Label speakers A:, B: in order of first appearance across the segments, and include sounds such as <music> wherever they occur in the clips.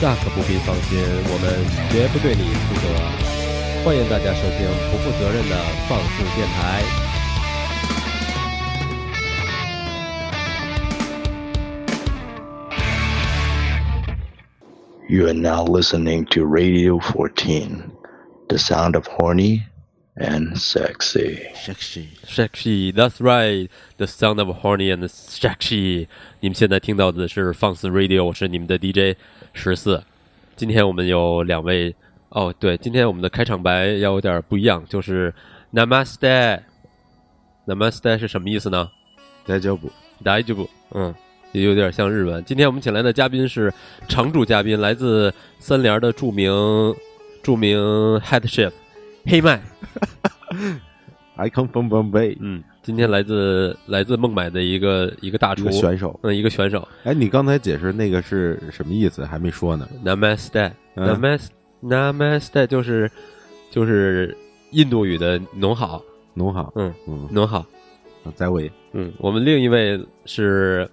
A: 那可不必放心，我们绝不对你负责。欢迎大家收听不负责任的放肆电台。
B: You are now listening to Radio 14, the sound of horny and sexy.
C: sexy。
A: Sexy, that's right, the sound of horny and sexy。你们现在听到的是放肆 Radio，我是你们的 DJ 十四。今天我们有两位，哦，对，今天我们的开场白要有点不一样，就是 Namaste。Namaste 是什么意思呢？
C: 大家不，
A: 大丈夫，嗯，也有点像日文。今天我们请来的嘉宾是常驻嘉宾，来自三联的著名著名 head chef 黑麦。
C: I come from Bombay，
A: 嗯，今天来自来自孟买的一个一个大
C: 一
A: 厨
C: 个，选手。
A: 嗯，一个选手。
C: 哎，你刚才解释那个是什么意思？还没说呢。
A: Namaste，Namaste、
C: 嗯
A: Namaste 就是就是印度语的农好，
C: 农好，
A: 嗯，
C: 嗯，
A: 农好。
C: 在位。
A: 嗯，我们另一位是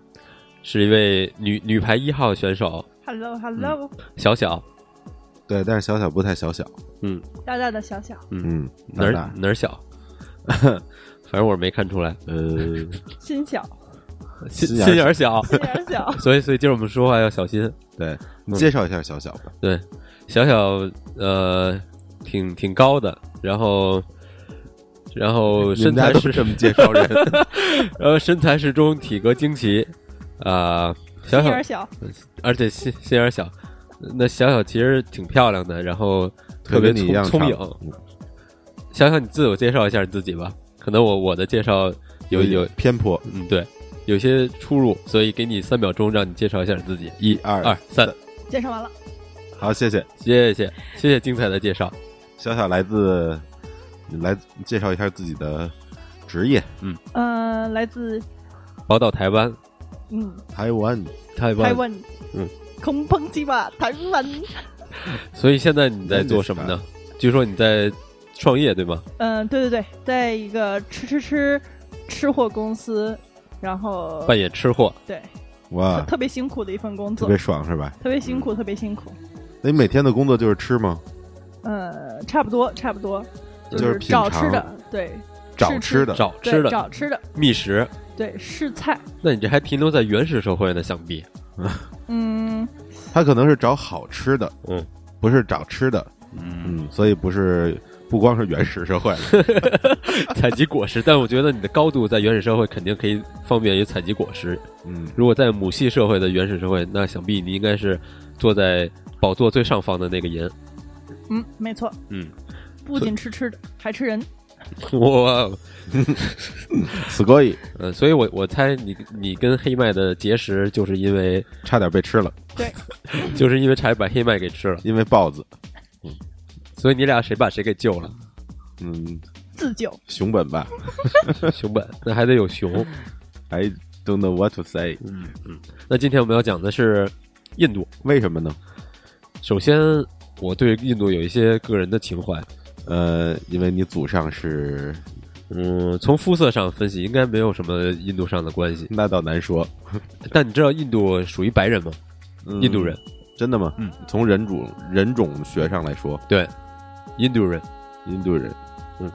A: 是一位女女排一号选手
D: Hello
C: 嗯
D: Hello，、
A: 小小，
C: 对，但是小小不太小小，
A: 嗯，
D: 大大的小小，
C: 嗯，
A: 哪儿
C: 大大
A: 哪儿小， <laughs> 反正我是没看出来，
C: 呃，<laughs>
D: 心小，
A: 心 <laughs>
C: 心眼儿
A: 心眼儿小，
D: 心眼小，
A: 所以所以今儿我们说话要小心。
C: 对，你介绍一下小小吧。
A: 对，小小呃，挺挺高的，然后然后
C: 人
A: 身
C: 家
A: 材
C: 都
A: 适
C: 这么介绍人，
A: <laughs>
C: <laughs>
A: 呃身材适中，体格惊奇啊、小
D: 心
A: 小
D: 眼小，
A: 而且心心眼儿小，那小小其实挺漂亮的，然后特别
C: 跟你一
A: 聪
C: 样
A: 聪
C: 长
A: 颖。小小，你自我介绍一下你自己吧，可能我我的介绍有有
C: 偏颇。
A: 嗯，对，有些出入，所以给你三秒钟，让你介绍一下你自己。一
C: 二
A: 二三，
D: 介绍完了，
C: 好，谢谢
A: 谢谢谢谢精彩的介绍。
C: 小小，来自来介绍一下自己的职业，
D: 嗯、来自
A: 宝岛台湾，
D: 嗯
C: 台湾
A: 台
D: 台湾，
A: 嗯，
D: 空蹦鸡吧，台湾，
A: 所以现在你在做什么呢？据说你在创业对吗？
D: 嗯、对对对，在一个吃吃吃吃货公司，然后
A: 扮演吃货，
D: 对、
C: 哇
D: 特，特别辛苦的一份工
C: 啊特
D: 作，
C: 别嗯爽是吧？
D: 特别辛苦，特别辛苦，
C: 那你每天的工作就是吃吗？
D: 呃，差不多差不多，
C: 就是品
D: 找吃
C: 尝
D: 的，对，
C: 找
D: 是
C: 吃的，
A: 找
D: 对
A: 吃的，
D: 找吃的，
A: 觅食。
D: 对，试菜，
A: 那你这还停留在原始社会呢，想 <laughs> 必。
D: 嗯，
C: 他可能是找好吃的，
A: 嗯，
C: 不是找吃的，
A: 嗯，
C: 嗯，所以不是不光是原始社会
A: <laughs>
C: 了，
A: 采集果实，但我觉得你的高度在原始社会肯定可以方便于采集果实。
C: 嗯，
A: 如果在母系社会的原始社会，那想必你应该是坐在宝座最上方的那个人。
D: 嗯，没错，
A: 嗯，
D: 不仅吃吃的，还吃人。
A: 哇，哦
C: 死过瘾，
A: 呃，所以我我猜你你跟黑麦的结识，就是因为
C: 差点被吃了，
D: 对，
A: 就是因为差点把黑麦给吃了，
C: 因为豹子，
A: 所以你俩谁把谁给救了？ <laughs>
C: 嗯，
D: 自救。
C: 熊本吧
A: 熊本，那还得有熊。
C: ，I don't know what to say，
A: 嗯那今天我们要讲的是印度。
C: 为什么呢？
A: 首先，我对印度有一些个人的情怀。
C: 呃，因为你祖上是，
A: 嗯，从肤色上分析，应该没有什么印度上的关系。
C: 那倒难说，
A: 但你知道印度属于白人吗？
C: 嗯
A: 印度人，
C: 真的吗？
A: 嗯，
C: 从人种人种学上来说，
A: 对，印度人。
C: 印度人，
A: 嗯，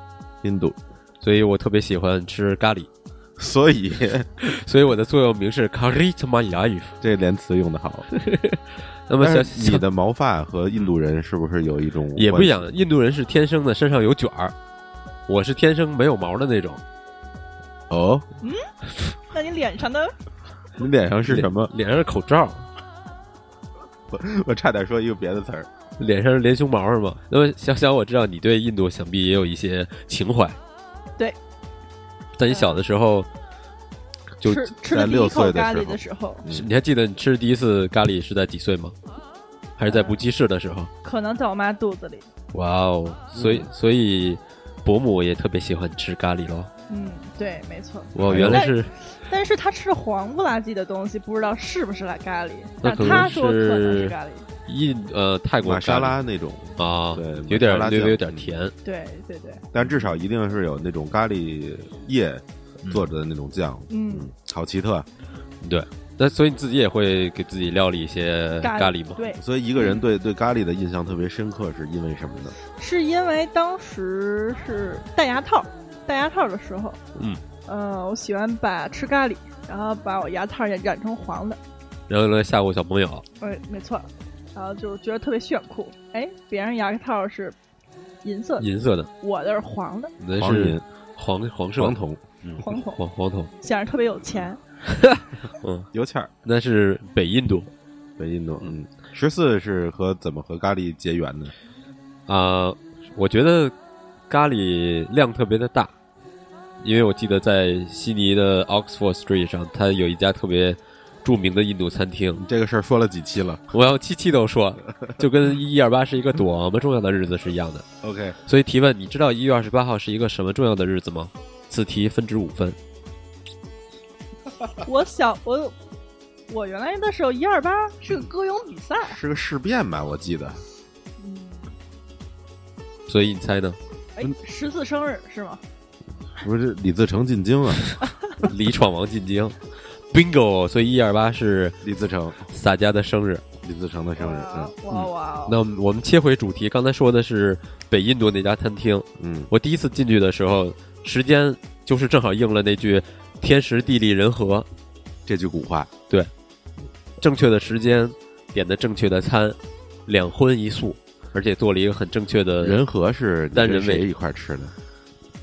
C: 印
A: <laughs>
C: 度，
A: 所以我特别喜欢吃咖喱，
C: 所以
A: 所以我的座右铭是 “Curry to my life”。
C: 这连词用的好。
A: 那么
C: 但
A: 小
C: 是你的毛发和印度人是不是有一种
A: 也不
C: 关
A: 一
C: 系
A: 样，印度人是天生的身上有卷儿，我是天生没有毛的那种。
C: 哦？
D: 那你脸上的
C: 你 <laughs> 脸上是什么？
A: 脸上是口罩，
C: 我差点说一个别的词儿。
A: 脸上是连胸毛是吗？那么小小，我知道你对印度想必也有一些情怀。
D: 对，
A: 在你小的时候，就
D: 吃吃
C: 在
D: 了第
C: 六
D: 一
C: 岁
D: 口
C: 的
D: 咖
C: 时
D: 喱
C: 候
D: 的时候，
C: 嗯
A: 是你还记得你吃第一次咖喱是在几岁吗？还是
D: 呃
A: 在不记事的时候？
D: 可能在我妈肚子里。
A: 哇哦！所以所以，伯母也特别喜欢吃咖喱咯。
D: 嗯，对，没错。
A: 哇，原来是
D: 但是她吃黄不拉几的东西，不知道是不是来咖喱。
A: 那
D: 但
A: 可能
D: 她说
A: 是
D: 可能是咖喱。
A: 印呃泰国
C: 玛莎
A: 咖
C: 拉那种，
A: 喱啊
C: 对，
A: 有点
C: 玛莎拉
A: 略微有
C: 酱
A: 点甜。
D: 对对对，
C: 但至少一定是有那嗯种咖喱叶做着的那种酱。
D: 嗯，
C: 好奇特。啊
A: 对，那所以你自己也会给自己料理一些
D: 咖
A: 咖喱吗？
D: 对，
C: 所以一个人对对咖喱的印象特别深刻，是因为什么呢？
D: 是因为当时是戴牙套，戴牙套的时候，
A: 嗯，
D: 呃，我喜欢把吃咖喱，然后把我牙套也染成黄的，
A: 然后来吓唬小朋友，
D: 嗯，没错，然后就觉得特别炫酷。哎，别人牙套是银色的，
A: 银色的，
D: 我的是黄的，
A: 那
C: 黄
A: 是
C: 银
A: 黄黄色
C: 黄铜
D: <laughs> 黄铜，
A: 黄黄铜，
D: 显得特别有钱。
C: 有钱儿，
A: 那是北印度
C: 北印度。嗯，十四是和怎么和咖喱结缘的？
A: 啊、我觉得咖喱量特别的大，因为我记得在悉尼的 Oxford Street 上，它有一家特别著名的印度餐厅，
C: 这个事儿说了几期了
A: 我要七七都
C: <laughs>
A: 说，就跟一一二八是一个多么重要的日子是一样的。
C: ？OK，
A: 所以提问，你知道一月二十八号是一个什么重要的日子吗？此题分值五分。
D: 我小我我原来的时候一二八是个歌咏比赛，
C: 是个事变吧？我记得
D: 嗯，
A: 所以你猜呢？ <laughs>
D: 哎，十四生日是吗？
C: 不是李自成进京啊？
A: 李闯王进京，bingo！所以一二八是
C: 李自成，
A: 洒家的生日。
C: 李自成的生日。
D: 哇
C: 嗯
D: 哇哇！
A: 那我们切回主题，刚才说的是北印度那家餐厅。
C: 嗯，
A: 我第一次进去的时候，时间就是正好应了那句“天时地利人和
C: 这句古话，”，
A: 正确的时间，点的正确的餐，两荤一素，而且做了一个很正确的
C: 人和是
A: 单人
C: 跟谁
A: 位
C: 一块儿吃的？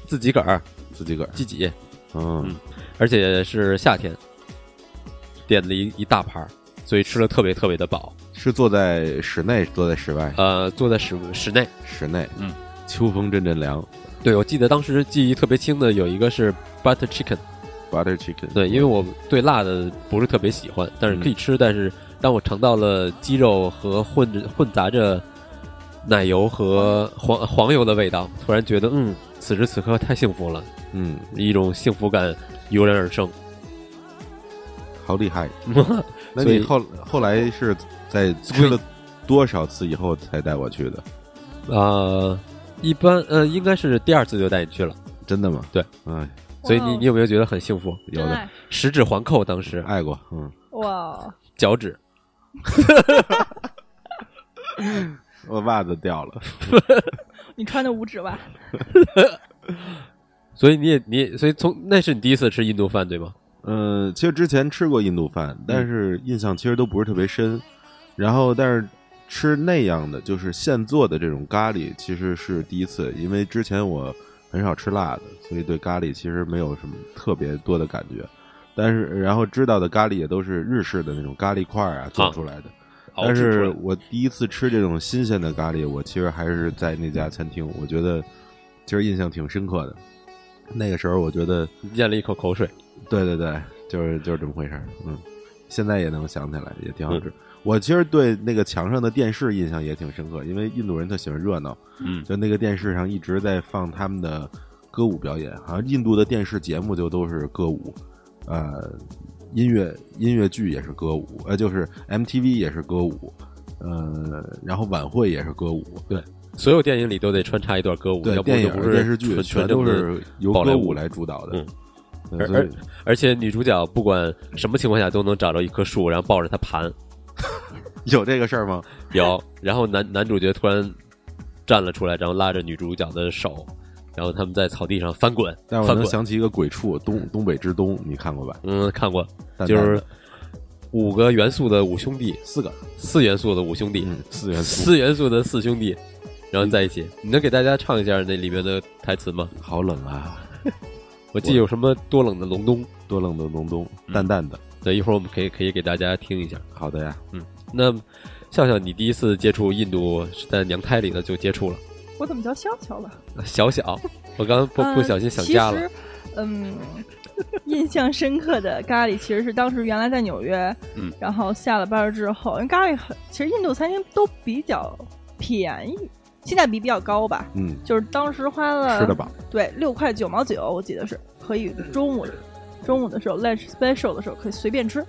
A: 自己个儿
C: 自己个儿。
A: 自己，
C: 嗯，
A: 而且是夏天，点了一一大盘儿，所以吃了特别特别的饱。
C: 是坐在室内，坐在室外，
A: 呃，坐在室室内，
C: 室内。
A: 嗯，
C: 秋风阵阵凉
A: 对我记得当时记忆特别清的有一个是 butter chicken，
C: ，butter chicken。
A: 对，因为我对辣的不是特别喜欢，但是可以吃，但是当我尝到了鸡肉和混着混杂着奶油和黄黄油的味道，突然觉得嗯，此时此刻太幸福了，
C: 嗯，
A: 一种幸福感油然而生。
C: 好
A: <laughs>
C: 厉害。那
A: 所
C: 你
A: 以
C: 后后来是在吃了多少次以后才带我去的？
A: 呃，一般呃应该是第二次就带你去了，
C: 真的吗？
A: 对，
C: 哎，
A: 所以
D: 哇
A: 你
D: 哦
A: 你有没有觉得很幸福？
C: 有的
D: 爱
A: 十指环扣，当时
C: 爱过，嗯，
D: 哇！哦
A: 脚趾
C: 我袜子掉了，
D: 你穿的五指袜，
A: 所以你也你也所以从那是你第一次吃印度饭对吗？
C: 嗯、其实之前吃过印度饭，但是印象其实都不是特别深。然后，但是吃那样的就是现做的这种咖喱，其实是第一次，因为之前我很少吃辣的，所以对咖喱其实没有什么特别多的感觉。但是，然后知道的咖喱也都是日式的那种咖喱块儿啊做出来的。但是我第一次吃这种新鲜的咖喱，我其实还是在那家餐厅，我觉得其实印象挺深刻的。那个时候我觉得，
A: 咽了一口口水，
C: 对对对，就是就是这么回事儿。嗯，现在也能想起来，也挺
A: 嗯
C: 好吃。我其实对那个墙上的电视印象也挺深刻，因为印度人特喜欢热闹，
A: 嗯，
C: 就那个电视上一直在放他们的歌舞表演，好像印度的电视节目就都是歌舞，呃，音乐音乐剧也是歌舞，呃，就是 MTV 也是歌舞，呃，然后晚会也是歌舞，对
A: 所有电影里都得穿插一段歌舞，
C: 对
A: 要，不
C: 电
A: 就
C: 影
A: 不是
C: 电视剧
A: 纯纯
C: 全
A: 正
C: 都
A: 的
C: 是由
A: 宝莱
C: 歌
A: 坞
C: 舞来主导的
A: 嗯，
C: 对
A: 而
C: 所以
A: 而且女主角不管什么情况下都能找着一棵树，然后抱着它盘
C: 有这个事儿吗？ <laughs>
A: 摇，然后男男主角突然站了出来，然后拉着女主角的手，然后他们在草地上翻滚，
C: 但是我
A: 翻
C: 能
A: 滚，
C: 想起一个鬼畜东东北之东，你看过吧？
A: 嗯，看过，
C: 淡淡
A: 就
C: 的
A: 是五个元素的五兄弟，
C: 四个，
A: 四元素的五兄弟，
C: 嗯，四元素，嗯
A: 四元素的四兄弟，然后在一起。你能给大家唱一下那里面的台词吗？
C: 好冷啊，
A: 我记得有什么多冷的隆冬。
C: 多冷的隆冬，
A: 嗯
C: 淡淡的，
A: 对，一会儿我们可以可以给大家听一下。
C: 好的呀，
A: 那笑笑，你第一次接触印度是在娘胎里头就接触了，
D: 我怎么叫笑笑了？
A: 小小，我刚刚不
D: 嗯
A: 不小心想家了
D: 其。实，嗯，印象深刻的咖喱其实是当时原来在纽约，
A: 嗯
D: 然后下了班儿之后，因为咖喱很，其实印度餐厅都比较便宜，性价比比较高吧。
C: 嗯，
D: 就是当时花了
C: 吃得饱，
D: 对六块九毛九，我记得是可以中午中午的时候 lunch special 的时候可以随便吃。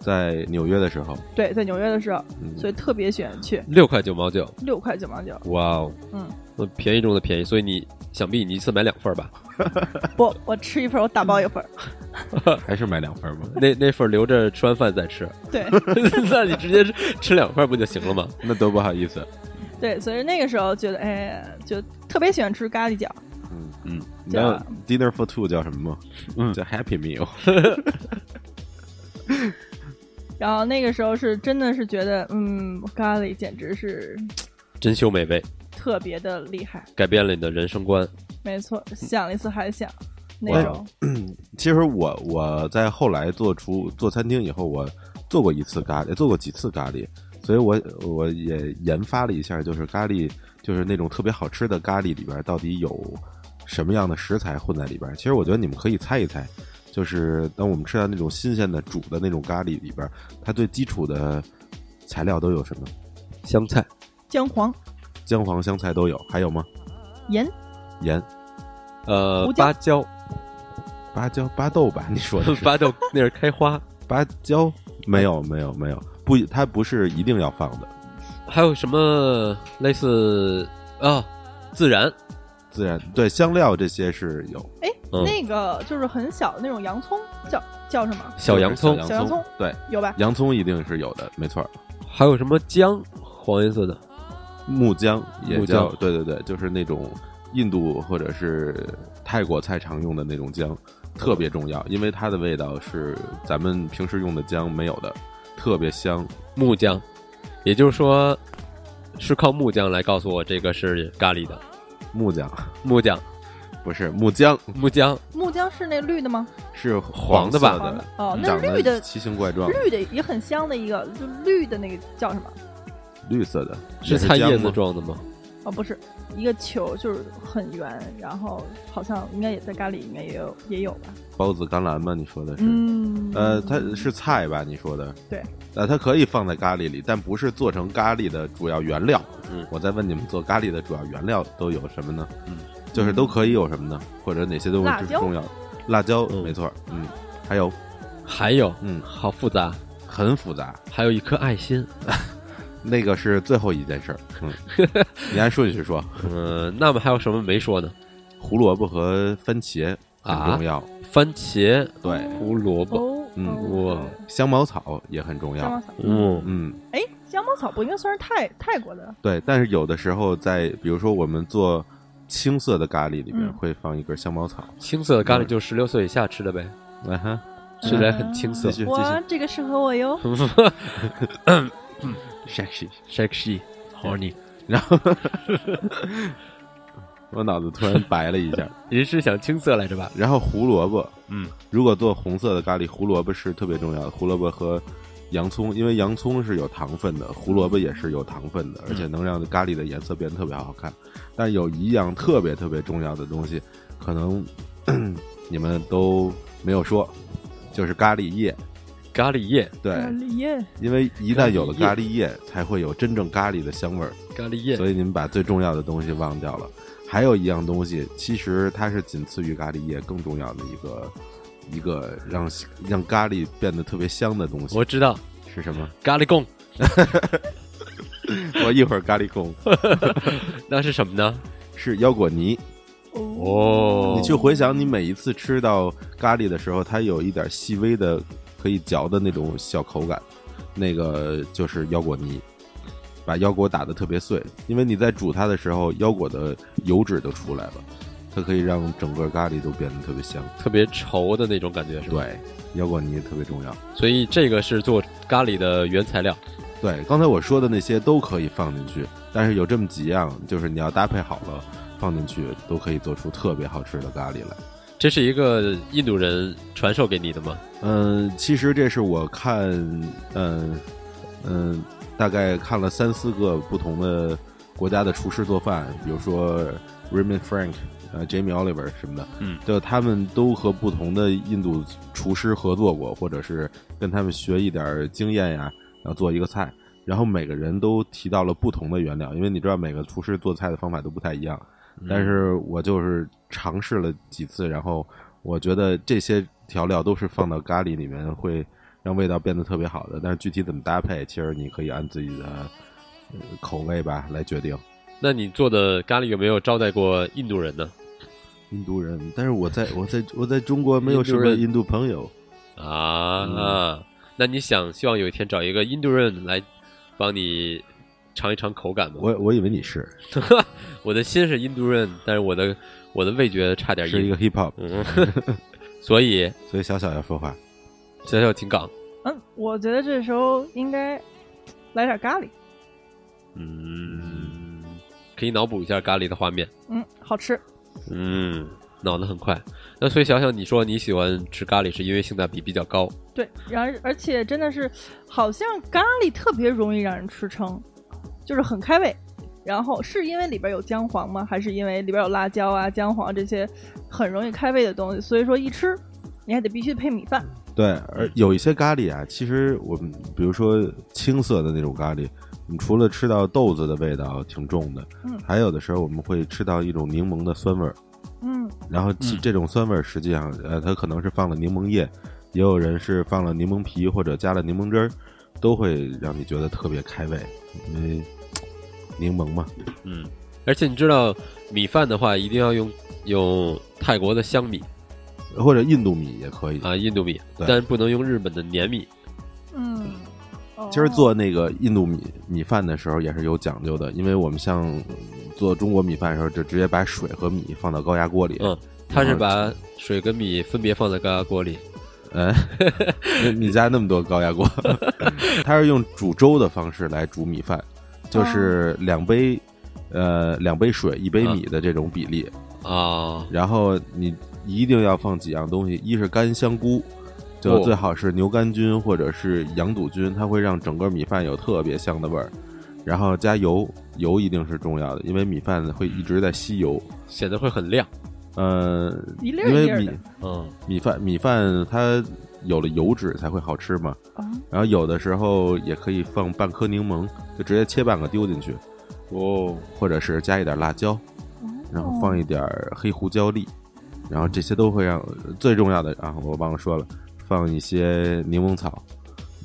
C: 在纽约的时候，
D: 对，在纽约的时候，
C: 嗯
D: 所以特别喜欢去
A: 六块九毛九，
D: 六块九毛九。
A: 哇哦，
D: 嗯，
A: 呃便宜中的便宜，所以你想必你一次买两份儿吧？嗯
D: 不，我吃一份儿，我打包一份儿。
C: 还是买两份吧。
A: 那那份儿留着吃完饭再吃， <laughs>
D: 对
A: 那你直接吃吃两块不就行了吗？
C: 那多不好意思，
D: 对，所以那个时候觉得，哎，就特别喜欢吃咖喱饺。
C: 嗯嗯，你知
D: 叫
C: 道 dinner for two 叫什么吗？嗯，叫 Happy Meal。
D: 然后那个时候是真的是觉得，嗯，咖喱简直是
A: 珍馐美味，
D: 特别的厉害。
A: 改变了你的人生观。
D: 没错，想了一次还想那
C: 哇
D: 种。
C: 其实我我在后来做厨做餐厅以后，我做过一次咖喱，做过几次咖喱，所以我我也研发了一下，就是咖喱，就是那种特别好吃的咖喱里边到底有什么样的食材混在里边。其实我觉得你们可以猜一猜，就是当我们吃到那种新鲜的煮的那种咖喱里边，它最基础的材料都有什么？
A: 香菜、
D: 姜黄、
C: 姜黄、香菜都有，还有吗？
D: 盐、
C: 盐、
A: 呃
D: 胡，椒
A: 芭蕉、
C: 芭蕉、巴豆吧？你说的是
A: 芭蕉那是开花，
C: 芭蕉？没有，
A: 哎
C: 没有，没有，不，它不是一定要放的。
A: 还有什么类似啊？孜然，
C: 自然对香料这些是有
A: 嗯
D: 哎那个就是很小的那种洋葱，叫叫什么？
A: 小洋葱，
C: 就是
D: 小洋葱
C: 对，
D: 有吧？
C: 洋葱一定是有的，没错儿。
A: 还有什么姜，黄颜色的，
C: 木姜也
A: 木
C: 叫，
A: 姜
C: 对对对，就是那种印度或者是泰国菜常用的那种姜，特别重要，因为它的味道是咱们平时用的姜没有的，特别香。
A: 木姜，也就是说是靠木姜来告诉我这个是咖喱的。
C: 木姜
A: 木姜，
C: 不是木姜，
A: 木姜，
D: 木姜是那绿的吗？
C: 是
A: 黄的
C: 色
A: 吧
C: 的
D: 黄的哦，那
C: 长
D: 绿
C: 得
D: 的
C: 奇形怪状，
D: 绿的也很香的一个，就绿的那个叫什么？
C: 绿色的，也
A: 是
C: 是
A: 菜
C: 姜
A: 叶子
C: 吗
A: 状的吗？
D: 哦，不是一个球，就是很圆，然后好像应该也在咖喱，应该也有也有吧？
C: 包子甘蓝吗？你说的是？
D: 嗯，
C: 呃，它是菜吧？你说的
D: 对，
C: 呃，它可以放在咖喱里，但不是做成咖喱的主要原料。
A: 嗯
C: 我再问你们，做咖喱的主要原料都有什么呢？
A: 嗯，
C: 就是都可以有什么呢？或者哪些东西是重要的？辣椒，
A: 嗯
C: 没错，嗯，还有，
A: 还有，
C: 嗯，
A: 好复杂，
C: 很复杂，
A: 还有一颗爱心。
C: 那个是最后一件事儿。
A: <laughs>
C: 嗯，你按顺序说，
A: 嗯，那么还有什么没说呢？
C: 胡萝卜和番茄很
A: 啊
C: 重要，
A: 番茄、
C: 对，
A: 胡萝卜，
D: 哦，
C: 嗯
D: 哦
A: 哇
C: 香茅草也很重
D: 香茅
C: 要，
D: 草，
A: 嗯，
C: 嗯，
D: 哎，香茅草不应该算是泰泰国的？
C: 对，但是有的时候在，比如说我们做青色的咖喱里面
D: 嗯
C: 会放一根香茅草，
A: 青色的咖喱就十六岁以下吃的呗，
C: 啊哈，
A: 吃起来很青涩
C: 继续继
D: 哇
C: 续，
D: 这个适合我哟。
C: sexy。
A: ，sexy horny。
C: 然
A: <laughs>
C: 后我脑子突然白了一下。
A: 您是想青色来着吧？
C: 然后胡萝卜，
A: 嗯，
C: 如果做红色的咖喱，胡萝卜是特别重要的。胡萝卜和洋葱，因为洋葱是有糖分的，胡萝卜也是有糖分的，而
A: 嗯
C: 且能让咖喱的颜色变得特别好看。但有一样特别特别重要的东西，可能 <clears throat> 你们都没有说，就是咖喱叶。
A: 咖喱叶，
C: 对，
D: 喱耶，
C: 因为一旦有了
A: 咖
C: 咖
A: 喱
C: 喱叶，才会有真正咖喱的香味儿。
A: 咖喱叶，
C: 所以你们把最重要的东西忘掉了。还有一样东西，其实它是仅次于咖喱叶更重要的一个一个让让咖喱变得特别香的东西
A: 我知道
C: 是什么？ <laughs>
A: 咖喱贡，
C: 我一会儿咖喱贡
A: 那是什么呢？
C: 是腰果泥。
A: 哦
C: 你去回想你每一次吃到咖喱的时候，它有一点细微的可以嚼的那种小口感，那个就是腰果泥。把腰果打得特别碎，因为你在煮它的时候，腰果的油脂就出来了，它可以让整个咖喱都变得特别香。
A: 特别稠的那种感觉是吧？
C: 对，摇滚泥特别重要。
A: 对，所以这个是做咖喱的原材料。
C: 对，刚才我说的那些都可以放进去，但是有这么几样，就是你要搭配好了放进去，都可以做出特别好吃的咖喱来。
A: 这是一个印度人传授给你的吗？
C: 嗯，其实这是我看，嗯嗯，大概看了三四个不同的国家的厨师做饭，比如说 Raymond Frank。呃，Jamie Oliver 什么的，
A: 嗯，
C: 就他们都和不同的印度厨师合作过，或者是跟他们学一点儿经验呀，然后做一个菜，然后每个人都提到了不同的原料，因为你知道每个厨师做菜的方法都不太一样，但是我就是尝试了几次，然后我觉得这些调料都是放到咖喱里面会让味道变得特别好的，但是具体怎么搭配，其实你可以按自己的呃口味吧来决定。
A: 那你做的咖喱有没有招待过印度人呢？
C: 印度人，但是我在我在我在中国没有什么
A: 印度人
C: 印度朋友，嗯
A: 啊，那你想希望有一天找一个印度人来帮你尝一尝口感吗？
C: 我我以为你是
A: 我的心是印度人，但是我的我的味觉差点
C: 是一
A: 印
C: 个 hip hop，
A: 嗯，
C: <laughs>
A: 所以
C: 所以小小要说话。
A: 小小挺港，
D: 嗯，我觉得这时候应该来点咖喱，
A: 嗯，可以脑补一下咖喱的画面，
D: 嗯，好吃。
A: 嗯，脑子很快。那所以想想，你说你喜欢吃咖喱是因为性价比比较高，
D: 对，然而而且真的是，好像咖喱特别容易让人吃撑，就是很开胃。然后是因为里边有姜黄吗？还是因为里边有辣椒啊、姜黄这些很容易开胃的东西？所以说一吃，你还得必须配米饭。
C: 对，而有一些咖喱啊，其实我们比如说青色的那种咖喱，你除了吃到豆子的味道挺重的，
D: 嗯
C: 还有的时候我们会吃到一种柠檬的酸味儿，
D: 嗯，
C: 然后其
A: 嗯
C: 这种酸味儿实际上，呃，它可能是放了柠檬叶，也有人是放了柠檬皮或者加了柠檬汁儿，都会让你觉得特别开胃，因为柠檬嘛，
A: 嗯，而且你知道米饭的话，一定要用用泰国的香米
C: 或者印度米也可以。
A: 啊，印度米，
C: 对
A: 但不能用日本的粘米。
D: 嗯，
C: 今儿
D: 哦
C: 做那个印度米米饭的时候也是有讲究的，因为我们像嗯做中国米饭的时候，就直接把水和米放到高压锅里。
A: 嗯，他是把水跟米分别放在高压锅里。
C: 嗯， <laughs> 你你家那么多高压锅，它是用煮粥的方式来煮米饭，就是两杯，呃，两杯水一杯米的这种比例。
A: 啊，
C: 然后你一定要放几样东西，一是干香菇，
A: 哦
C: 就最好是牛肝菌或者是羊肚菌，它会让整个米饭有特别香的味儿。然后加油，油一定是重要的，因为米饭会一直在吸油。
A: 显得会很亮。
C: 呃，
D: 一粒
C: 因
D: 儿一粒
C: 为
D: 儿
C: 米
D: 的
A: 嗯
C: 米饭米饭它有了油脂才会好吃嘛。
D: 啊，
C: 然后有的时候也可以放半颗柠檬，就直接切半个丢进去，
A: 哦，
C: 或者是加一点辣椒，
D: 哦
C: 然后放一点儿黑胡椒粒，然后这些都会让最重要的啊，我忘了说了，放一些柠檬草，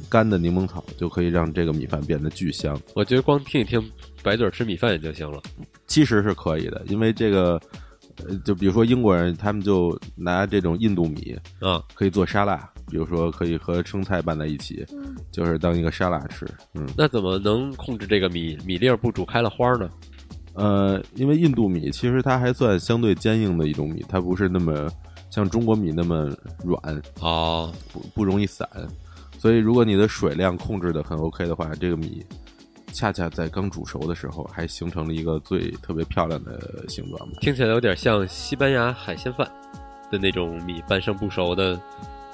C: 干的柠檬草就可以让这个米饭变得巨香。
A: 我觉得光听一听白嘴吃米饭也就行了。
C: 其实是可以的，因为这个，呃就比如说英国人，他们就拿这种印度米
A: 啊，
C: 可以做沙拉，比如说可以和生菜拌在一起，就是当一个沙拉吃。嗯，
A: 那怎么能控制这个米米粒儿不煮开了花呢？
C: 呃，因为印度米其实它还算相对坚硬的一种米，它不是那么像中国米那么软，
A: 哦，
C: 不不容易散。所以如果你的水量控制的很 OK 的话，这个米恰恰在刚煮熟的时候，还形成了一个最特别漂亮的形状吧。
A: 听起来有点像西班牙海鲜饭的那种米半生不熟的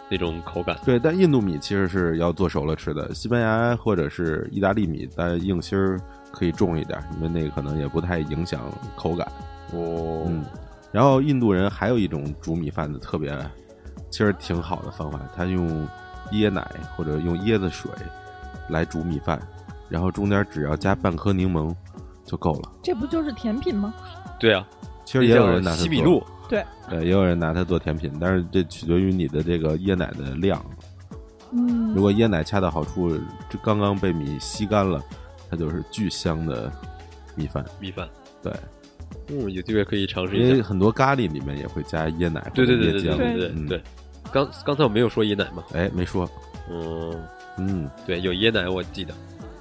A: 那种口感。
C: 对，但印度米其实是要做熟了吃的，西班牙或者是意大利米，但硬芯儿可以重一点，因为那个可能也不太影响口感。
A: 哦
C: 嗯，然后印度人还有一种煮米饭的特别，其实挺好的方法，他用椰奶或者用椰子水来煮米饭，然后中间只要加半颗柠檬就够了。
D: 这不就是甜品吗？
A: 对啊，
C: 其实也有人拿它
A: 西
C: 做
A: 米露，
C: 对，也有人拿它做甜品，但是这取决于你的这个椰奶的量。
D: 嗯
C: 如果椰奶恰到好处，这刚刚被米吸干了，它就是巨香的米饭。
A: 米饭。
C: 对，
A: 嗯，有机会可以尝试
C: 因为
A: 一下。
C: 很多咖喱里面也会加椰奶或
A: 对
C: 者
A: 对对对
C: 椰浆。
A: 对对
C: 嗯
A: 对对，刚刚才我没有说椰奶嘛，
C: 哎，没说，
A: 嗯，
C: 嗯
A: 对，有椰奶我记得，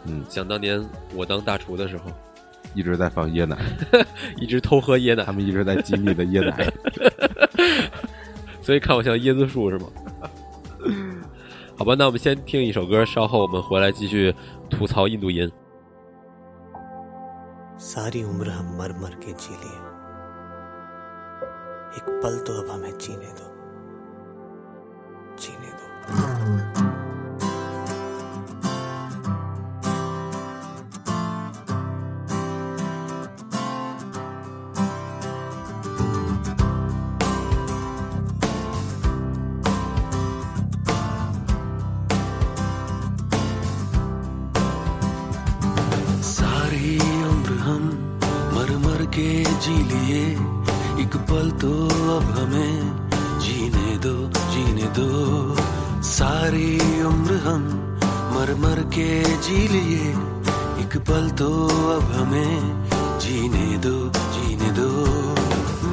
C: 嗯。
A: 想当年我当大厨的时候，
C: 一直在放椰奶，
A: 一直偷喝椰奶
C: 他，们一直在机密的椰奶。
A: 所以看我像椰子树
C: <laughs>
A: 是吗？好吧，那我们先听一首歌，稍后我们回来继续吐槽印度音。
E: सारी उम्र हम मर मर के जी लिए एक पल तो अब हमें जीने दो जीने दो
F: सारी उम्र हम मर मर के जी लिए एक पल तो अब हमें जीने दो जीने दो सारी उम्र हम मर मर के जी लिए एक पल तो अब हमें जीने दो जीने दो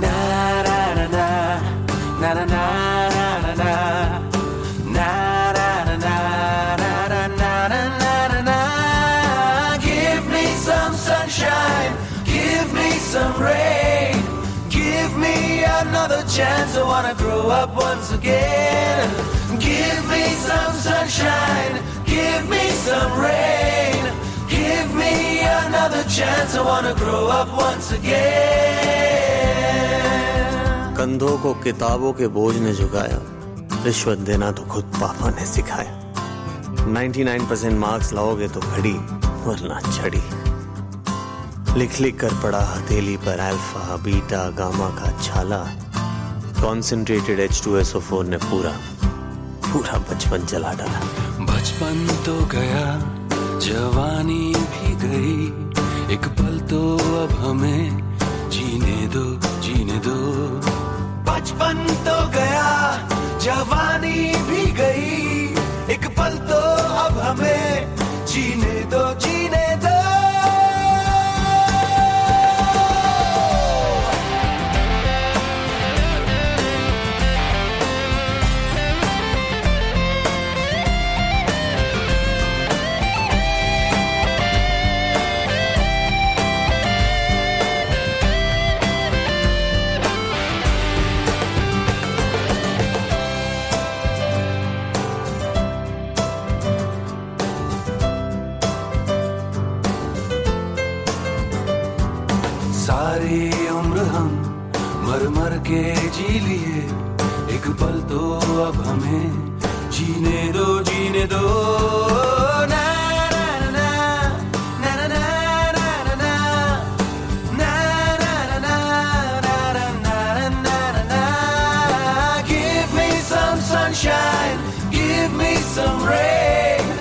F: ना ना ना na na na na na na na na na na na na na na na Give me some sunshine, give me some rain, give me another chance. I wanna grow up once again. Give me some sunshine, give me some rain, give me another chance. I wanna grow up once again.
E: कंधों को किताबों के बोझ ने झुकाया रिश्वत देना तो खुद पापा ने सिखाया 99% परसेंट मार्क्स लाओगे तो घड़ी वरना छड़ी लिख लिख कर पड़ा हथेली पर अल्फा बीटा गामा का छाला कॉन्सेंट्रेटेड एच टू एस ओ फोर ने पूरा पूरा बचपन जला डाला
F: बचपन तो गया जवानी भी गई एक पल तो अब हमें जीने दो जीने दो बचपन तो गया जवानी भी गई एक पल तो अब हमें जीने दो जीने दो सारी उम्र हम मर मर के जी लिए एक पल तो अब हमें जीने दो जीने दो ना, ना, ना, ना, ना, ना, ना, ना, ना, ना, ना, ना, ना, ना, ना, ना, ना, ना, ना, ना। Give me some sunshine, give me some rain,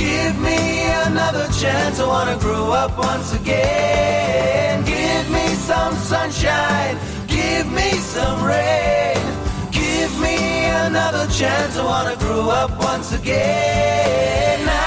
F: give me another chance. I wanna grow up once again. Give me some sunshine, give me some rain, give me another chance. I wanna grow up once again. Na,